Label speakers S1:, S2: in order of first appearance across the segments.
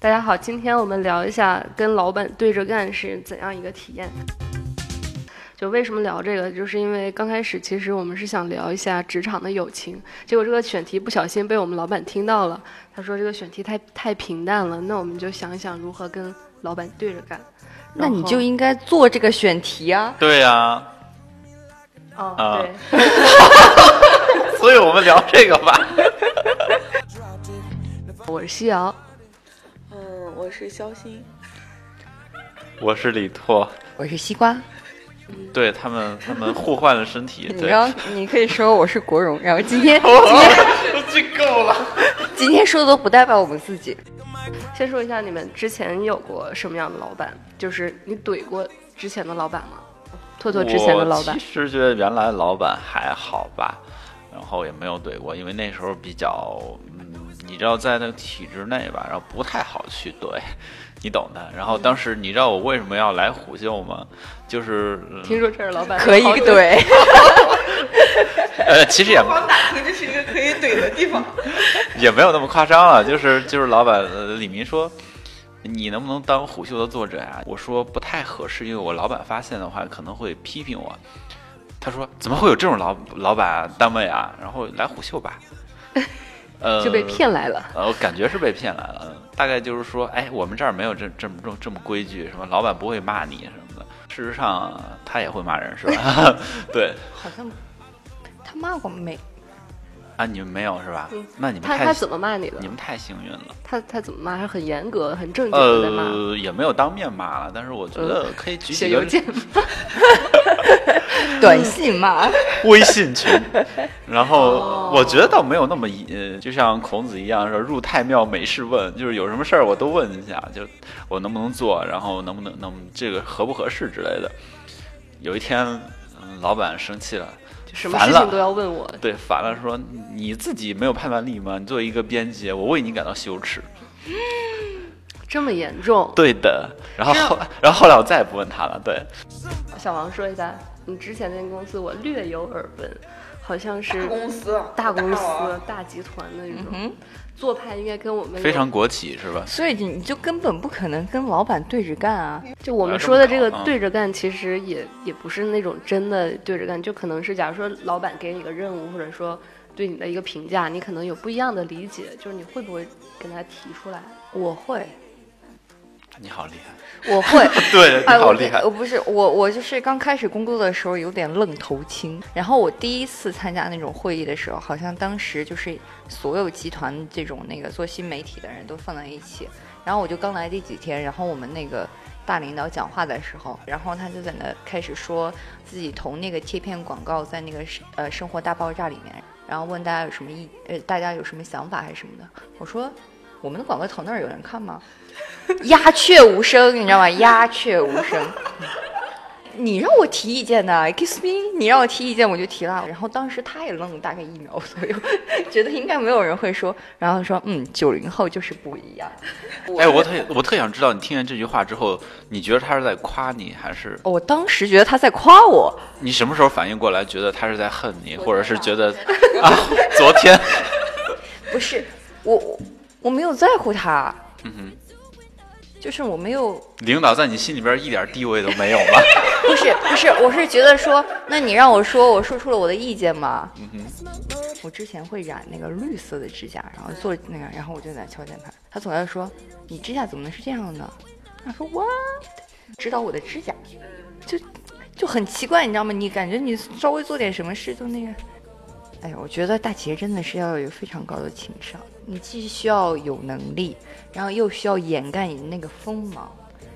S1: 大家好，今天我们聊一下跟老板对着干是怎样一个体验。就为什么聊这个，就是因为刚开始其实我们是想聊一下职场的友情，结果这个选题不小心被我们老板听到了，他说这个选题太太平淡了，那我们就想一想如何跟老板对着干。
S2: 那你就
S1: 然
S2: 应该做这个选题啊。
S3: 对呀、
S1: 后
S3: 啊
S1: 哦对。
S3: 所以我们聊这 个吧。
S1: 我是西瑶，
S4: 嗯，我是肖欣。
S3: 我是李拓，
S2: 我是西瓜，
S3: 对他们，他们互换了身体。
S2: 你
S3: 对，
S2: 然后你可以说我是国荣，然后今天今天
S3: 这够了。
S2: 今天说的都不代表我们 自己。
S1: 先说一下你们之前有过什么样的老板？就是你怼过之前的老板吗？拓拓之前的老板
S3: 我其实觉得原来老板还好吧，然后也没有怼过，因为那时候比较，嗯，你知道在那个体制内吧，然后不太好去怼， 你懂的。然后当时你知道我为什么要来虎嗅吗？就是、嗯
S1: 听说这是老板
S2: 可以
S1: 好怼，
S2: 怼，
S3: 呃，其实也
S4: 光打听这是一个可以怼的地方。
S3: 也没有那么夸张了，就是就是老板、呃、李明说，你能不能当虎嗅的作者呀、我说不太合适，因为我老板发现的话可能会批评我。他说怎么会有这种老老板单位啊？然后来虎嗅吧，呃，
S1: 就被骗来了。
S3: 呃，我感觉是被骗来了，嗯大概就是说，哎，我们这儿没有这这么这么这么规矩，什么老板不会骂你什么的。事实上，他也会骂人，是吧？ 对
S2: 好像他骂过没？
S3: 啊，你们没有是吧？那你
S1: 嗯
S3: 们
S1: 他
S3: 太
S1: 他怎么骂你的
S3: 你？们太幸运了。
S1: 他他怎么骂？他很严格、很正经的在骂，
S3: 呃，也没有当面骂了，但是我觉得可以举
S1: 嗯写
S3: 几个
S1: 邮件。
S2: 短信骂，
S3: 微 信群，然
S1: 哦
S3: 后我觉得倒没有那么一呃，就像孔子一样说“入太庙每事问”，就是有什么事儿我都问一下，就我能不能做，然后能不能能这个合不合适之类的。有一天，嗯，老板生气了，
S1: 就什么
S3: 烦
S1: 事
S3: 了
S1: 情都要问我，
S3: 对，烦了说你自己没有判断力吗？你作为一个编辑，我为你感到羞耻。
S1: 这么严重？
S3: 对的，然后后然后后来我再也不问他了。对，
S1: 小王说一下，你之前那个公司我略有耳闻，好像
S4: 大
S1: 是
S4: 公司啊，
S1: 大公司
S4: 啊、、
S1: 大集团的那种
S2: 哼，
S1: 做派，应该跟我们有
S3: 嗯非常国企是吧？
S2: 所以你你就根本不可能跟老板对着干啊。
S1: 就我们说的这个
S3: 嗯
S1: 对着干，其实也也不是那种真的对着干，就可能是假如说老板给你个任务，或者说对你的一个评价，你可能有不一样的理解，就是你会不会跟他提出来？
S2: 我会，
S3: 你好厉害。
S2: 我会。
S3: 对，你
S2: 哎，
S3: 好
S2: 我
S3: 厉害
S2: 我！不是我，我就是刚开始工作的时候有点愣头青。然后我第一次参加那种会议的时候，好像当时就是所有集团这种那个做新媒体的人都放在一起。然后我就刚来第几天，然后我们那个大领导讲话的时候，然后他就在那开始说自己投那个贴片广告在那个生呃《生活大爆炸》里面，然后问大家有什么意呃大家有什么想法还是什么的。我说我们的广告投那儿有人看吗？鸦雀无声，你知道吗？鸦雀无声。 你让我提意见的，kiss me，你让我提意见我就提了。然后当时他也愣了大概一秒左右， 觉得应该没有人会说，然后说嗯，九零后就是不一样。
S3: 哎，我特我特想知道，你听见这句话之后，你觉得他是在夸你，还是
S2: 我当时觉得他在夸我，
S3: 你什么时候反应过来，觉得他是在恨你，或者是觉得啊， 昨天，
S2: 不是我我我没有在乎他，
S3: 嗯哼，
S2: 就是我没有
S3: 领导在你心里边一点地位都没有 吗？
S2: 不是不是，我是觉得说，那你让我说，我说出了我的意见嘛。我之前会染那个绿色的指甲，然后做那个，然后我就在敲键盘，他总在说你指甲怎么能是这样呢？他说 what？指导我的指甲，就就很奇怪，你知道吗？你感觉你稍微做点什么事就那个。哎呀，我觉得大姐真的是要有非常高的情商，你既需要有能力，然后又需要掩盖你的那个锋芒，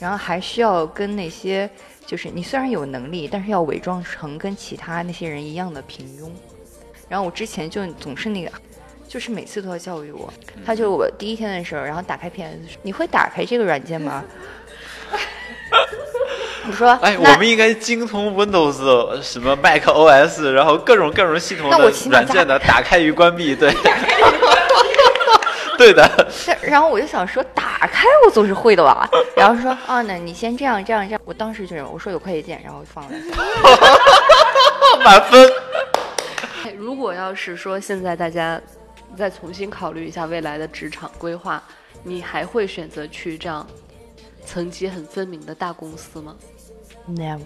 S2: 然后还需要跟那些就是你虽然有能力，但是要伪装成跟其他那些人一样的平庸。然后我之前就总是那个，就是每次都要教育我。他就我第一天的时候，然后打开 PS，你会打开这个软件吗？ 我说，
S3: 哎，
S2: 那
S3: 我们应该精通 Windows 什么 Mac OS，然后各种各种系统
S2: 那我
S3: 的
S2: 起码
S3: 软件的打开与关闭，对， 对的，
S2: 但然后我就想说，打开我总是会的吧。然后说啊，那你先这样这样这样。我当时就是我说有快捷键，然后放了一下。
S3: 满分。
S1: 哎如果要是说现在大家再重新考虑一下未来的职场规划，你还会选择去这样层级很分明的大公司吗？
S2: Never，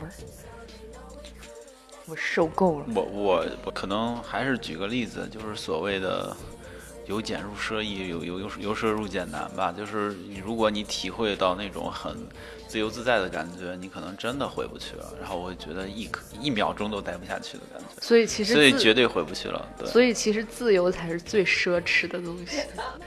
S2: 我受够了。
S3: 我我我可能还是举个例子，就是所谓的由俭入奢易，由由由由奢入俭难吧。就是你如果你体会到那种很自由自在的感觉，你可能真的回不去了。然后我会觉得一刻一秒钟都待不下去的感觉，
S1: 所以其实
S3: 所以
S1: 自
S3: 绝对回不去了。对，
S1: 所以其实自由才是最奢侈的东 西。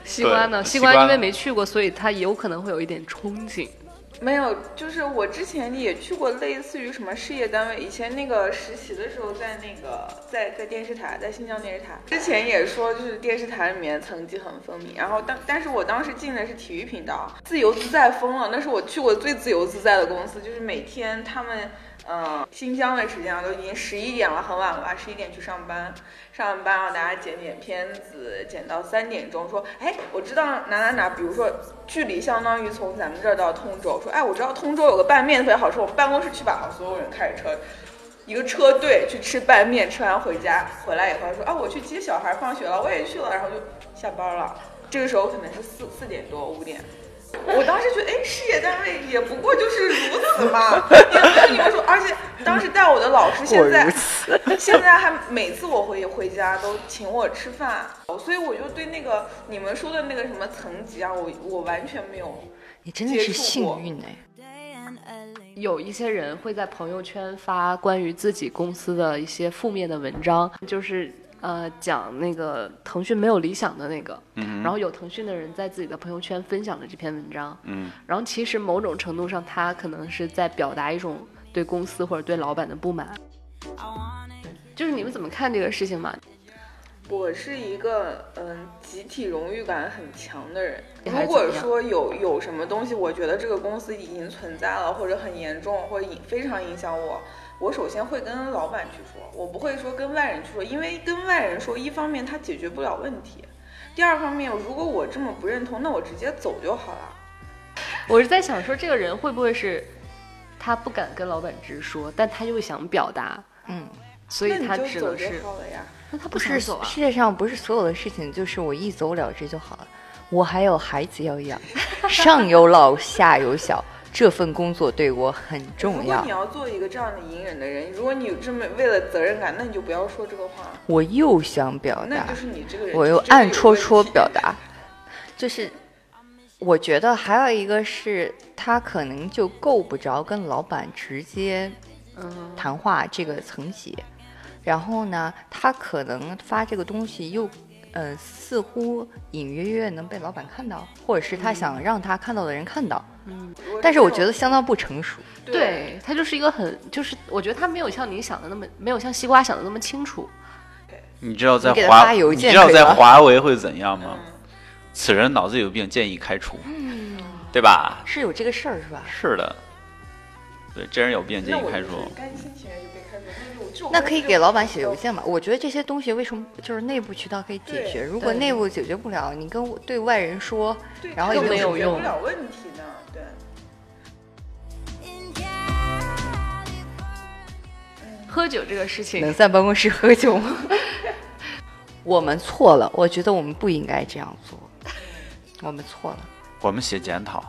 S1: 西瓜呢？
S3: 对
S1: 西
S3: 西瓜
S1: 瓜因为
S3: 呢
S1: 没去过，所以他有可能会有一点憧憬。
S4: 没有，就是我之前也去过类似于什么事业单位，以前那个实习的时候，在那个在在电视台，在新疆电视台，之前也说就是电视台里面层级很分明，然后但但是我当时进的是体育频道，自由自在疯了，那是我去过最自由自在的公司，就是每天他们。嗯，新疆的时间啊，都已经十一点了，很晚了吧？十一点去上班，上完班啊让大家剪剪片子，剪到三点钟，说，哎，我知道哪哪哪，比如说距离相当于从咱们这儿到通州，说，哎，我知道通州有个拌面特别好吃，我们办公室去吧，好，所有人开着车，一个车队去吃拌面，吃完回家，回来以后说，啊，我去接小孩放学了，我也去了，然后就下班了。这个时候可能是四四点多五点，我当时觉得，哎，事业单位也不过就是如此 嘛。因为你们说，而且当时带我的老师现在
S2: 如此，
S4: 现在还每次我回回家都请我吃饭，所以我就对那个你们说的那个什么层级啊，我我完全没有。
S2: 你真的是
S4: 接触
S2: 幸
S4: 过
S2: 运哎！
S1: 有一些人会在朋友圈发关于自己公司的一些负面的文章，就是呃讲那个腾讯没有理想的那个，然后有腾讯的人在自己的朋友圈分享了这篇文章，
S3: 嗯，
S1: 然后其实某种程度上他可能是在表达一种对公司或者对老板的不满，就是你们怎么看这个事情嘛？
S4: 我是一个嗯集体荣誉感很强的人。
S1: 你
S4: 如
S1: 还
S4: 果
S1: 怎么样
S4: 说有有什么东西，我觉得这个公司已经存在了，或者很严重，或者影非常影响我，我首先会跟老板去说，我不会说跟外人去说，因为跟外人说，一方面他解决不了问题，第二方面，如果我这么不认同，那我直接走就好了。
S1: 我是在想说这个人会不会是他不敢跟老板直说，但他又想表达，
S2: 嗯，
S1: 所以他
S4: 那你
S1: 只
S4: 就走
S1: 能，
S4: 就是好了呀。
S1: 那他
S2: 不
S1: 想
S2: 是
S1: 走啊。
S2: 世界上不是所有的事情就是我一走了之就好了，我还有孩子要养，上有老下有小，这份工作对我很重
S4: 如果
S2: 要
S4: 你。要做一个这样的隐忍的人，如果你有这么为了责任感，那你就不要说这个话，
S2: 我又想表
S4: 那
S2: 达
S4: 就，是你这个人。
S2: 我又
S4: 真的有
S2: 暗戳戳
S4: 问题
S2: 表达，就是我觉得还有一个是他可能就够不着跟老板直接
S1: 嗯，
S2: 谈话这个层级，然后呢，他可能发这个东西又，呃，似乎隐约约能被老板看到，或者是他想让他看到的人看到，
S4: 如果
S2: 但嗯是
S4: 这
S2: 我
S4: 种
S2: 觉得相当不成熟。
S4: 对。
S1: 对他就是一个很，就是我觉得他没有像你想的那么，没有像西瓜想的那么清楚。
S3: 你知道在
S2: 你给他
S3: 华
S2: 发邮
S3: 你
S2: 件
S3: 知道
S2: 可以
S3: 在
S2: 吗
S3: 华为会怎样吗？
S4: 嗯
S3: 此人脑子有病，建议开除，
S2: 嗯
S3: 对吧？
S2: 是有这个事儿是吧？
S3: 是的，对，这人有病，建
S4: 那
S3: 议
S4: 我
S3: 开
S4: 就
S3: 除
S4: 是。甘心情愿就被开除，那就就
S2: 那可以给老板写邮。件嘛？我觉得这些东西为什么就是内部渠道可以解决？
S4: 对
S2: 如果
S1: 对
S2: 内部解决不了，你跟我对外人说，
S4: 对
S2: 然后
S4: 这
S2: 也
S4: 个
S2: 没
S4: 解
S2: 有
S4: 决
S1: 用
S4: 不了问题的，对。
S1: 喝酒这个事
S2: 能
S1: 情，
S2: 在办公室喝酒吗？ 我们错了，我觉得我们不应该这样做，我们错了。
S3: 我们写检讨，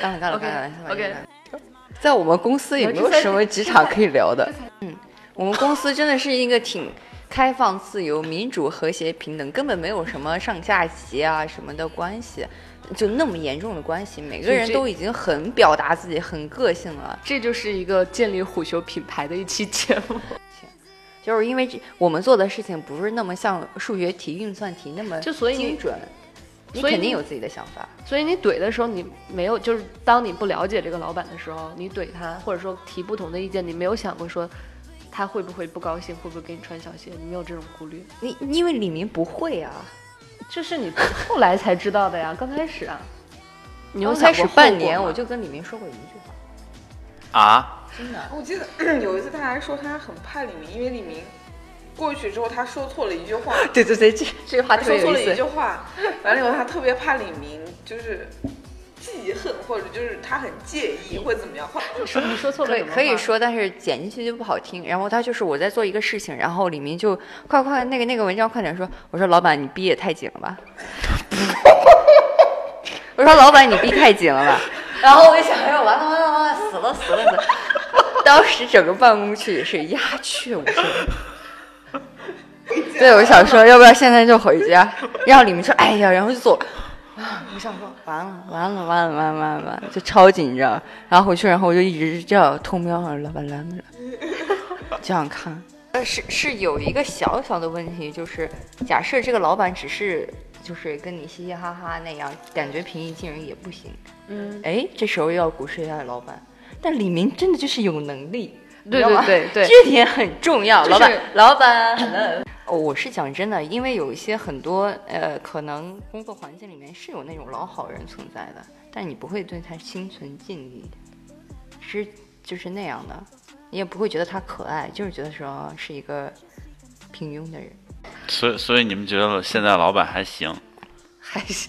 S2: 干了干了
S1: OK，
S2: 干了干了
S1: OK
S2: 干了在我们公司也没有什么职场可以聊的。嗯，我们公司真的是一个挺开放、自由、民主、和谐、平等，根本没有什么上下级啊什么的关系，就那么严重的关系。每个
S1: 就
S2: 人
S1: 这
S2: 都已经很表达自己，很个性了。
S1: 这就是一个建立虎嗅品牌的一期节目，
S2: 就是因为这我们做的事情不是那么像数学题、运算题那么
S1: 就所以你
S2: 精准，你
S1: 所以
S2: 肯定
S1: 你
S2: 有自己的想法。
S1: 所以你怼的时候，你没有，就是当你不了解这个老板的时候，你怼他，或者说提不同的意见，你没有想过说他会不会不高兴，会不会给你穿小鞋，你没有这种顾虑，
S2: 你因为李明不会啊，
S1: 这是你后来才知道的呀，刚开始啊，你又
S2: 刚开
S1: 想
S2: 始
S1: 过
S2: 半
S1: 后果
S2: 年
S1: 吗
S2: 我就跟李明说过一句话，
S3: 啊，
S2: 真的。
S4: 我记得 有一次他还说他很怕李明，因为李明过去之后他说错了一句话，
S2: 对对啊对，这 这个话特
S4: 说
S2: 别
S4: 错
S2: 有
S4: 了
S2: 意
S4: 一句
S2: 思。
S4: 话，完了以后他特别怕李明就是记恨或者就是他很介意或者怎么样，后来
S1: 你说你说错了
S2: 可以
S1: 什么
S2: 可以
S1: 话
S2: 说，但是剪进去就不好听。然后他就是我在做一个事情，然后李明就快快那个那个文章快点说，我说老板你逼也太紧了吧。 我说老板你逼太紧了吧，然后我就想着完了完了完了死了死了死了，当时整个办公室也是鸦雀无声。对，我想说，要不要现在就回家？然后李明说：“哎呀，然后就走了。”啊，我想说，完了，完了，完了，完了，完了，完了，就超紧张。然后回去，然后我就一直这样偷瞄着老板拦着，这样看。呃，是是有一个小小的问题，就是假设这个老板只是就是跟你嘻嘻哈哈那样，感觉平易近人也不行。
S1: 嗯，
S2: 哎，这时候又要鼓吹一下老板，但李明真的就是有能力，你
S1: 对
S2: 知道吗
S1: 对对对
S2: 这点很重要。
S1: 就是
S2: 老板，老 板，hello。哦，我是讲真的，因为有一些很多呃，可能工作环境里面是有那种老好人存在的，但你不会对他心存敬意，是就是那样的，你也不会觉得他可爱，就是觉得说是一个平庸的人。
S3: 所以所以你们觉得现在老板还行？
S2: 还是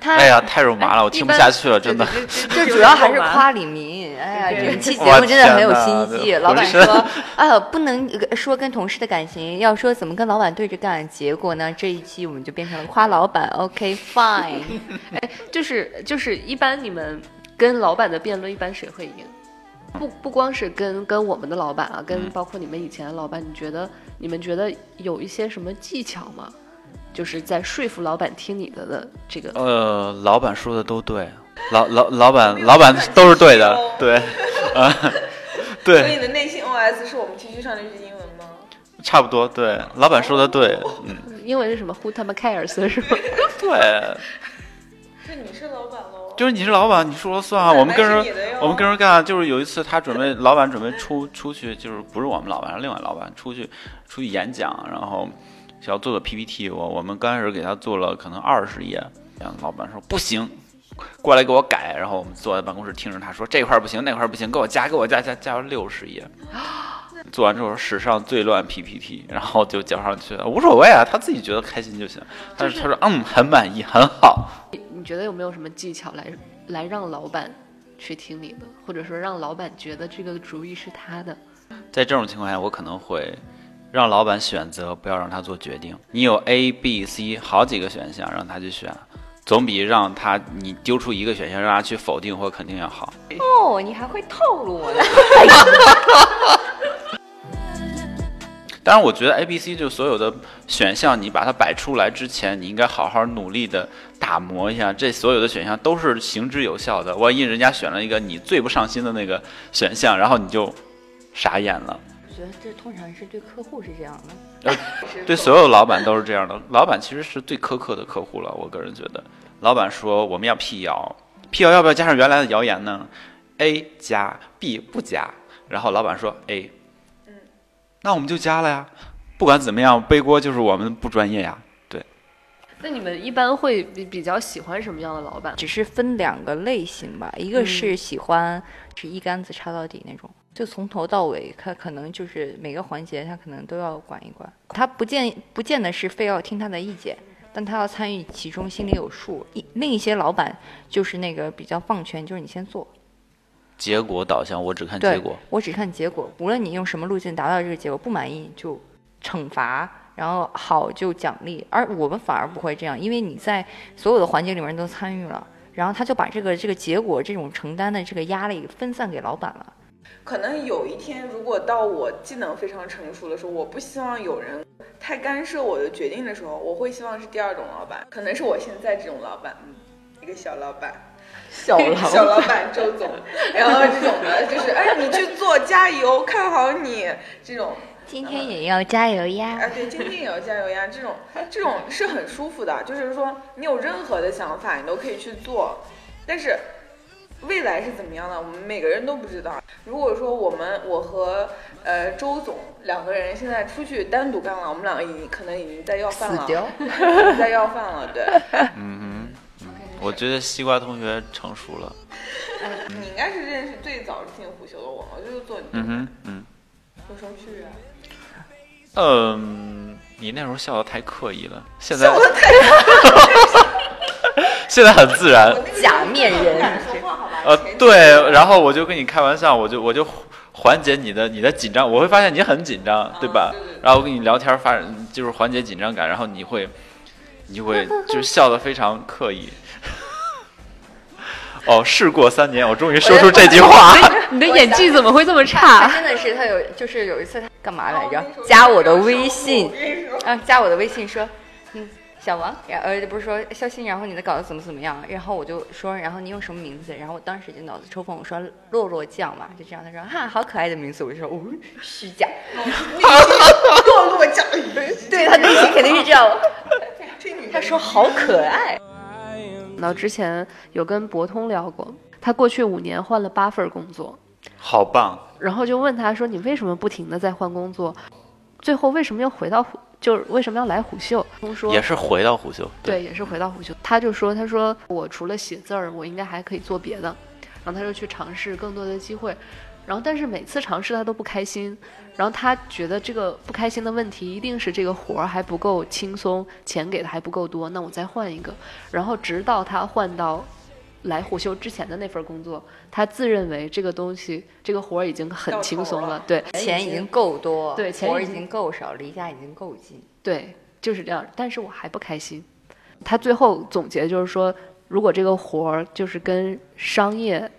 S1: 他
S3: 哎呀，太肉麻了，我听不下去了，真的。
S2: 这主要还是夸李明，哎呀，
S1: 对
S2: 这期节
S3: 我
S2: 目真的很有
S3: 天哪
S2: 心机。
S3: 这
S2: 老板
S3: 浑身
S2: 说，啊，不能呃说跟同事的感情，要说怎么跟老板对着干。结果呢，这一期我们就变成了夸老板。OK fine，
S1: 就是就是一般你们跟老板的辩论，一般谁会赢？不不光是跟跟我们的老板啊，跟
S3: 嗯
S1: 包括你们以前的老板，你觉得你们觉得有一些什么技巧吗？就是在说服老板听你的的这个，
S3: 呃，老板说的都对，老老老板老板都是对的，对， 啊、
S4: 所以
S3: 对，
S4: 你的内心 OS 是我们 T 恤上那句英文吗？
S3: 差不多，对，老板说的对，嗯，
S1: 英文是什么？Who 他妈 cares 是吗？
S3: 对，
S4: 是你是老板喽？
S3: 就是你是老板，你说了算啊。我们跟人
S4: 买买是你的哟，
S3: 我们跟人干，就是有一次他准备，老板准备出出去，就是不是我们老板，是另外老板出去出去演讲，然后想要做个 PPT，我我们刚开始给他做了可能二十页，然后老板说不行。过来给我改，然后我们坐在办公室听着他说这块儿不行，那块儿不行，给我加，给我加，加加到六十页。做完之后史上最乱 PPT，然后就交上去了，无所谓啊，他自己觉得开心就行。他说、他说嗯，很满意，很好。
S1: 你觉得有没有什么技巧来来让老板去听你的，或者说让老板觉得这个主意是他的？
S3: 在这种情况下，我可能会让老板选择，不要让他做决定。你有 A、B、C 好几个选项让他去选，总比让他你丢出一个选项让他去否定或肯定要好。
S2: 哦，你还会套路我呢。
S3: 当然，我觉得 A、B、C 就所有的选项，你把它摆出来之前，你应该好好努力的打磨一下，这所有的选项都是行之有效的。万一人家选了一个你最不上心的那个选项，然后你就傻眼了。
S2: 我觉得这通常是对客户是这样的，
S3: 对所有老板都是这样的，老板其实是最苛刻的客户了。我个人觉得，老板说我们要辟谣，辟谣要不要加上原来的谣言呢？A 加 B 不加，然后老板说 A，
S4: 嗯
S3: 那我们就加了呀。不管怎么样，背锅就是我们不专业呀。
S1: 那你们一般会比比较喜欢什么样的老板？
S2: 只是分两个类型吧，一个是喜欢是一竿子插到底那种。就从头到尾，他可能就是每个环节，他可能都要管一管。他不见不见得是非要听他的意见，但他要参与其中，心里有数。一另一些老板就是那个比较放权，就是你先做，
S3: 结果导向，我只看
S2: 对
S3: 结果。
S2: 我只看结果，无论你用什么路径达到这个结果，不满意就惩罚，然后好就奖励。而我们反而不会这样，因为你在所有的环节里面都参与了，然后他就把这个这个结果这种承担的这个压力分散给老板了。
S4: 可能有一天，如果到我技能非常成熟的时候，我不希望有人太干涉我的决定的时候，我会希望是第二种老板，可能是我现在这种老板，嗯，一个小老板，
S2: 小
S4: 小老板周总，然后这种的，就是哎，你去做，加油，看好你这种。
S2: 今天也要加油呀！
S4: 哎，对，今天也要加油呀！这种这种是很舒服的，就是说你有任何的想法，你都可以去做。但是未来是怎么样的，我们每个人都不知道。如果说我们我和呃周总两个人现在出去单独干了，我们两个已经可能已经在要饭
S2: 死
S4: 了，
S2: 掉！
S4: 已 经在要饭了。对，
S3: 嗯哼，我觉得西瓜同学成熟了。
S4: 你应该是认识最早进虎嗅的我嘛，就是做你
S3: 嗯哼，嗯。
S4: 有什么区别啊？
S3: 嗯，你那时候笑的太刻意了，现在 现在很自然。
S2: 假面人
S4: 不敢说话好吧？
S3: 呃
S4: 前，几
S3: 对，然后我就跟你开玩笑，我就我就缓解你的你的紧张，我会发现你很紧张，对吧？
S4: 啊对对对
S3: 然后我跟你聊天发展就是 缓解紧张感，然后你会你会就是笑的非常刻意。 哦，事过三年，我终于说出这句话。
S1: 你的演技怎么会这么
S2: 他
S1: 差？
S2: 啊真的是他有，就是有一次他干
S4: 哦
S2: 嘛来着？加我的微信
S4: 我，跟你说，
S2: 啊，加我的微信说，嗯，小王，然呃不是说肖鑫，然后你的稿子怎么怎么样？然后我就说，然后你用什么名字？然后我当时就脑子抽风，我说落落酱嘛，就这样。他说哈，好可爱的名字。我就说哦，虚假，
S4: 落落讲，
S2: 对他内心肯定是这样。
S4: 这女
S2: 他
S4: 的
S2: 说好可爱，
S1: 到之前有跟博通聊过，他过去五年换了八份工作，
S3: 好棒，
S1: 然后就问他说：“你为什么不停的在换工作？最后为什么又回到虎？就是为什么要来虎嗅？”通说
S3: 也是回到虎嗅。
S1: 对，也是回到虎嗅。他就说：“他说我除了写字儿，我应该还可以做别的。”然后他就去尝试更多的机会，然后但是每次尝试他都不开心，然后他觉得这个不开心的问题一定是这个活儿还不够轻松，钱给的还不够多，那我再换一个。然后直到他换到来虎嗅之前的那份工作，他自认为这个东西这个活儿已经很
S4: 到
S1: 轻
S4: 头
S1: 松
S4: 了
S1: 了，对，
S2: 钱已经够多，
S1: 对钱
S2: 活儿
S1: 已
S2: 已
S1: 经
S2: 经够少，离家已经够近。
S1: 对，就是这样。但是我还不开心。他最后总结就是说，如果这个活儿就是跟商业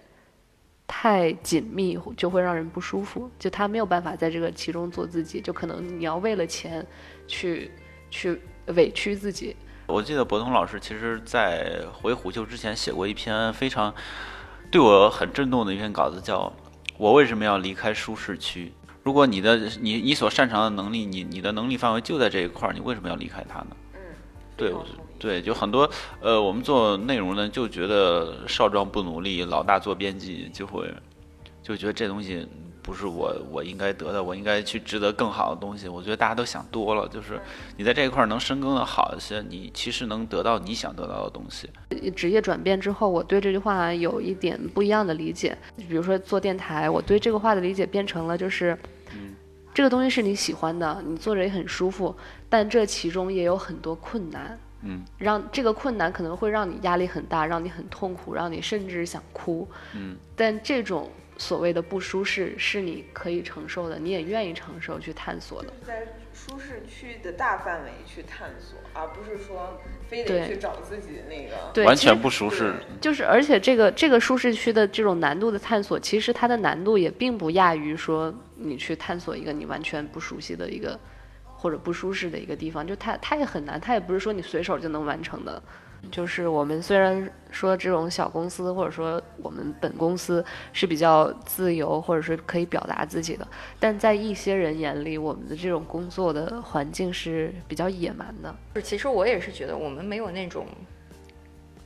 S1: 太紧密，就会让人不舒服。就他没有办法在这个其中做自己，就可能你要为了钱去去委屈自己。
S3: 我记得博通老师其实，在回虎嗅之前写过一篇非常对我很震动的一篇稿子，叫《我为什么要离开舒适区》。如果你的你你所擅长的能力，你你的能力范围就在这一块儿，你为什么要离开它呢？
S4: 嗯，
S3: 对，
S4: 非常
S3: 我觉
S4: 同意
S3: 对，就很多呃，我们做内容呢，就觉得少壮不努力，老大做编辑，就会就觉得这东西不是我我应该得的，我应该去值得更好的东西。我觉得大家都想多了，就是你在这一块儿能深耕的好一些，你其实能得到你想得到的东西。
S1: 职业转变之后，我对这句话有一点不一样的理解。比如说做电台，我对这个话的理解变成了就是，
S3: 嗯
S1: 这个东西是你喜欢的，你做着也很舒服，但这其中也有很多困难。
S3: 嗯，
S1: 让这个困难可能会让你压力很大，让你很痛苦，让你甚至想哭。
S3: 嗯，
S1: 但这种所谓的不舒适是你可以承受的，你也愿意承受去探索的。
S4: 在舒适区的大范围去探索，而不是说非
S1: 对
S4: 得去找自己的那个。
S1: 对，
S3: 完
S1: 其实
S3: 全不舒适。
S1: 就是，而且这个这个舒适区的这种难度的探索，其实它的难度也并不亚于说你去探索一个你完全不熟悉的一个或者不舒适的一个地方，就它它也很难，它也不是说你随手就能完成的。就是我们虽然说这种小公司或者说我们本公司是比较自由，或者是可以表达自己的，但在一些人眼里，我们的这种工作的环境是比较野蛮的。
S2: 就是其实我也是觉得我们没有那种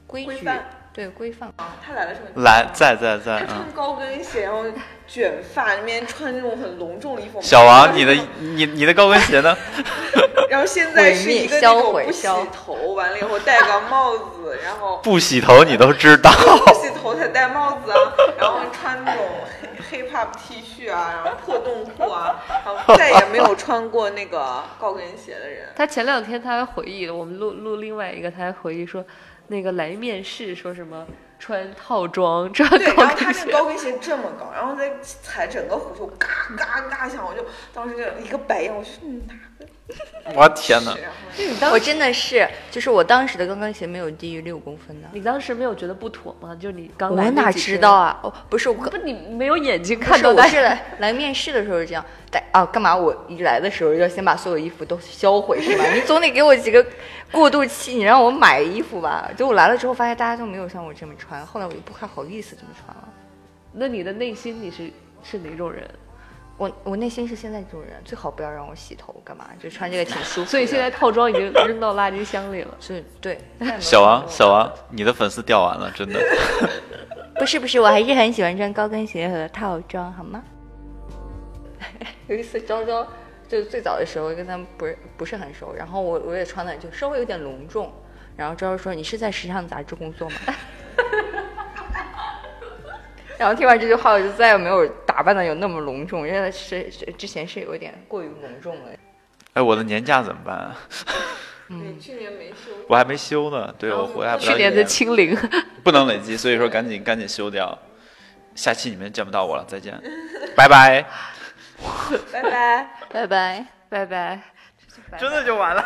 S2: 规
S4: 规
S2: 矩
S4: 范，啊
S2: 对规范。
S4: 他来的时候，
S3: 来，在在在，
S4: 他
S3: 嗯
S4: 穿，高跟鞋，然后卷发，那边穿那种很隆重的衣服。
S3: 小王，你的你你的高跟鞋呢？
S4: 然后现在是一个那
S2: 毁
S4: 种
S2: 灭
S4: 不洗
S2: 销毁
S4: 头，完了以后戴个帽子，然后
S3: 不洗头你都知道。
S4: 不洗头才戴帽子啊，然后穿那种 hip hop T 恤啊，然后破洞裤啊，然后再也没有穿过那个高跟鞋的人。
S1: 他前两天他还回忆，我们录录另外一个，他还回忆说，那个来面试说什么穿套装穿
S4: 对，
S1: 高
S4: 然后
S1: 跟
S4: 他那
S1: 鞋
S4: 个，高跟鞋这么高，然后再踩整个虎嗅，嘎嘎嘎响，我就当时就一个白眼，我就说嗯哪个
S3: 我天哪
S4: 是！啊？
S2: 我真的是，就是我当时的高跟鞋没有低于六公分的。
S1: 你当时没有觉得不妥吗？就是你刚来
S2: 我
S1: 那
S2: 哪
S1: 几
S2: 知
S1: 天
S2: 道？啊？哦，不是我
S1: 不，你没有眼睛
S2: 不
S1: 看
S2: 是
S1: 到
S2: 我
S1: 的。
S2: 是来来面试的时候是这样，但啊，干嘛我一来的时候要先把所有衣服都销毁是吧？你总得给我几个过渡期，你让我买衣服吧。就我来了之后，发现大家都没有像我这么穿，后来我就不太好意思这么穿了。
S1: 那你的内心你是是哪种人？
S2: 我我内心是现在这种人，最好不要让我洗头，干嘛就穿这个挺舒服的。
S1: 所以现在套装已经扔到垃圾箱里了。
S2: 所以对再也没有
S3: 小王，
S2: 穿过
S3: 小王，你的粉丝掉完了，真的。
S2: 不是不是，我还是很喜欢穿高跟鞋和套装，好吗？ 有一次昭昭就是最早的时候跟他们不是不是很熟，然后我我也穿的就稍微有点隆重，然后昭昭说你是在时尚杂志工作吗？ 然后听完这句话，我就再也没有打扮的有那么隆重，因为是是之前是有一点过于隆重了。
S3: 哎，我的年假怎么办啊？
S4: 你去年没休，哦
S3: 我还没休呢，对我回来不到
S1: 去
S3: 一
S1: 年的清零，
S3: 不能累积，所以说赶紧赶紧休掉。下期你们见不到我了，再见，拜拜。
S4: 拜拜。
S2: 拜拜。
S1: 拜拜。
S3: 真的就完了。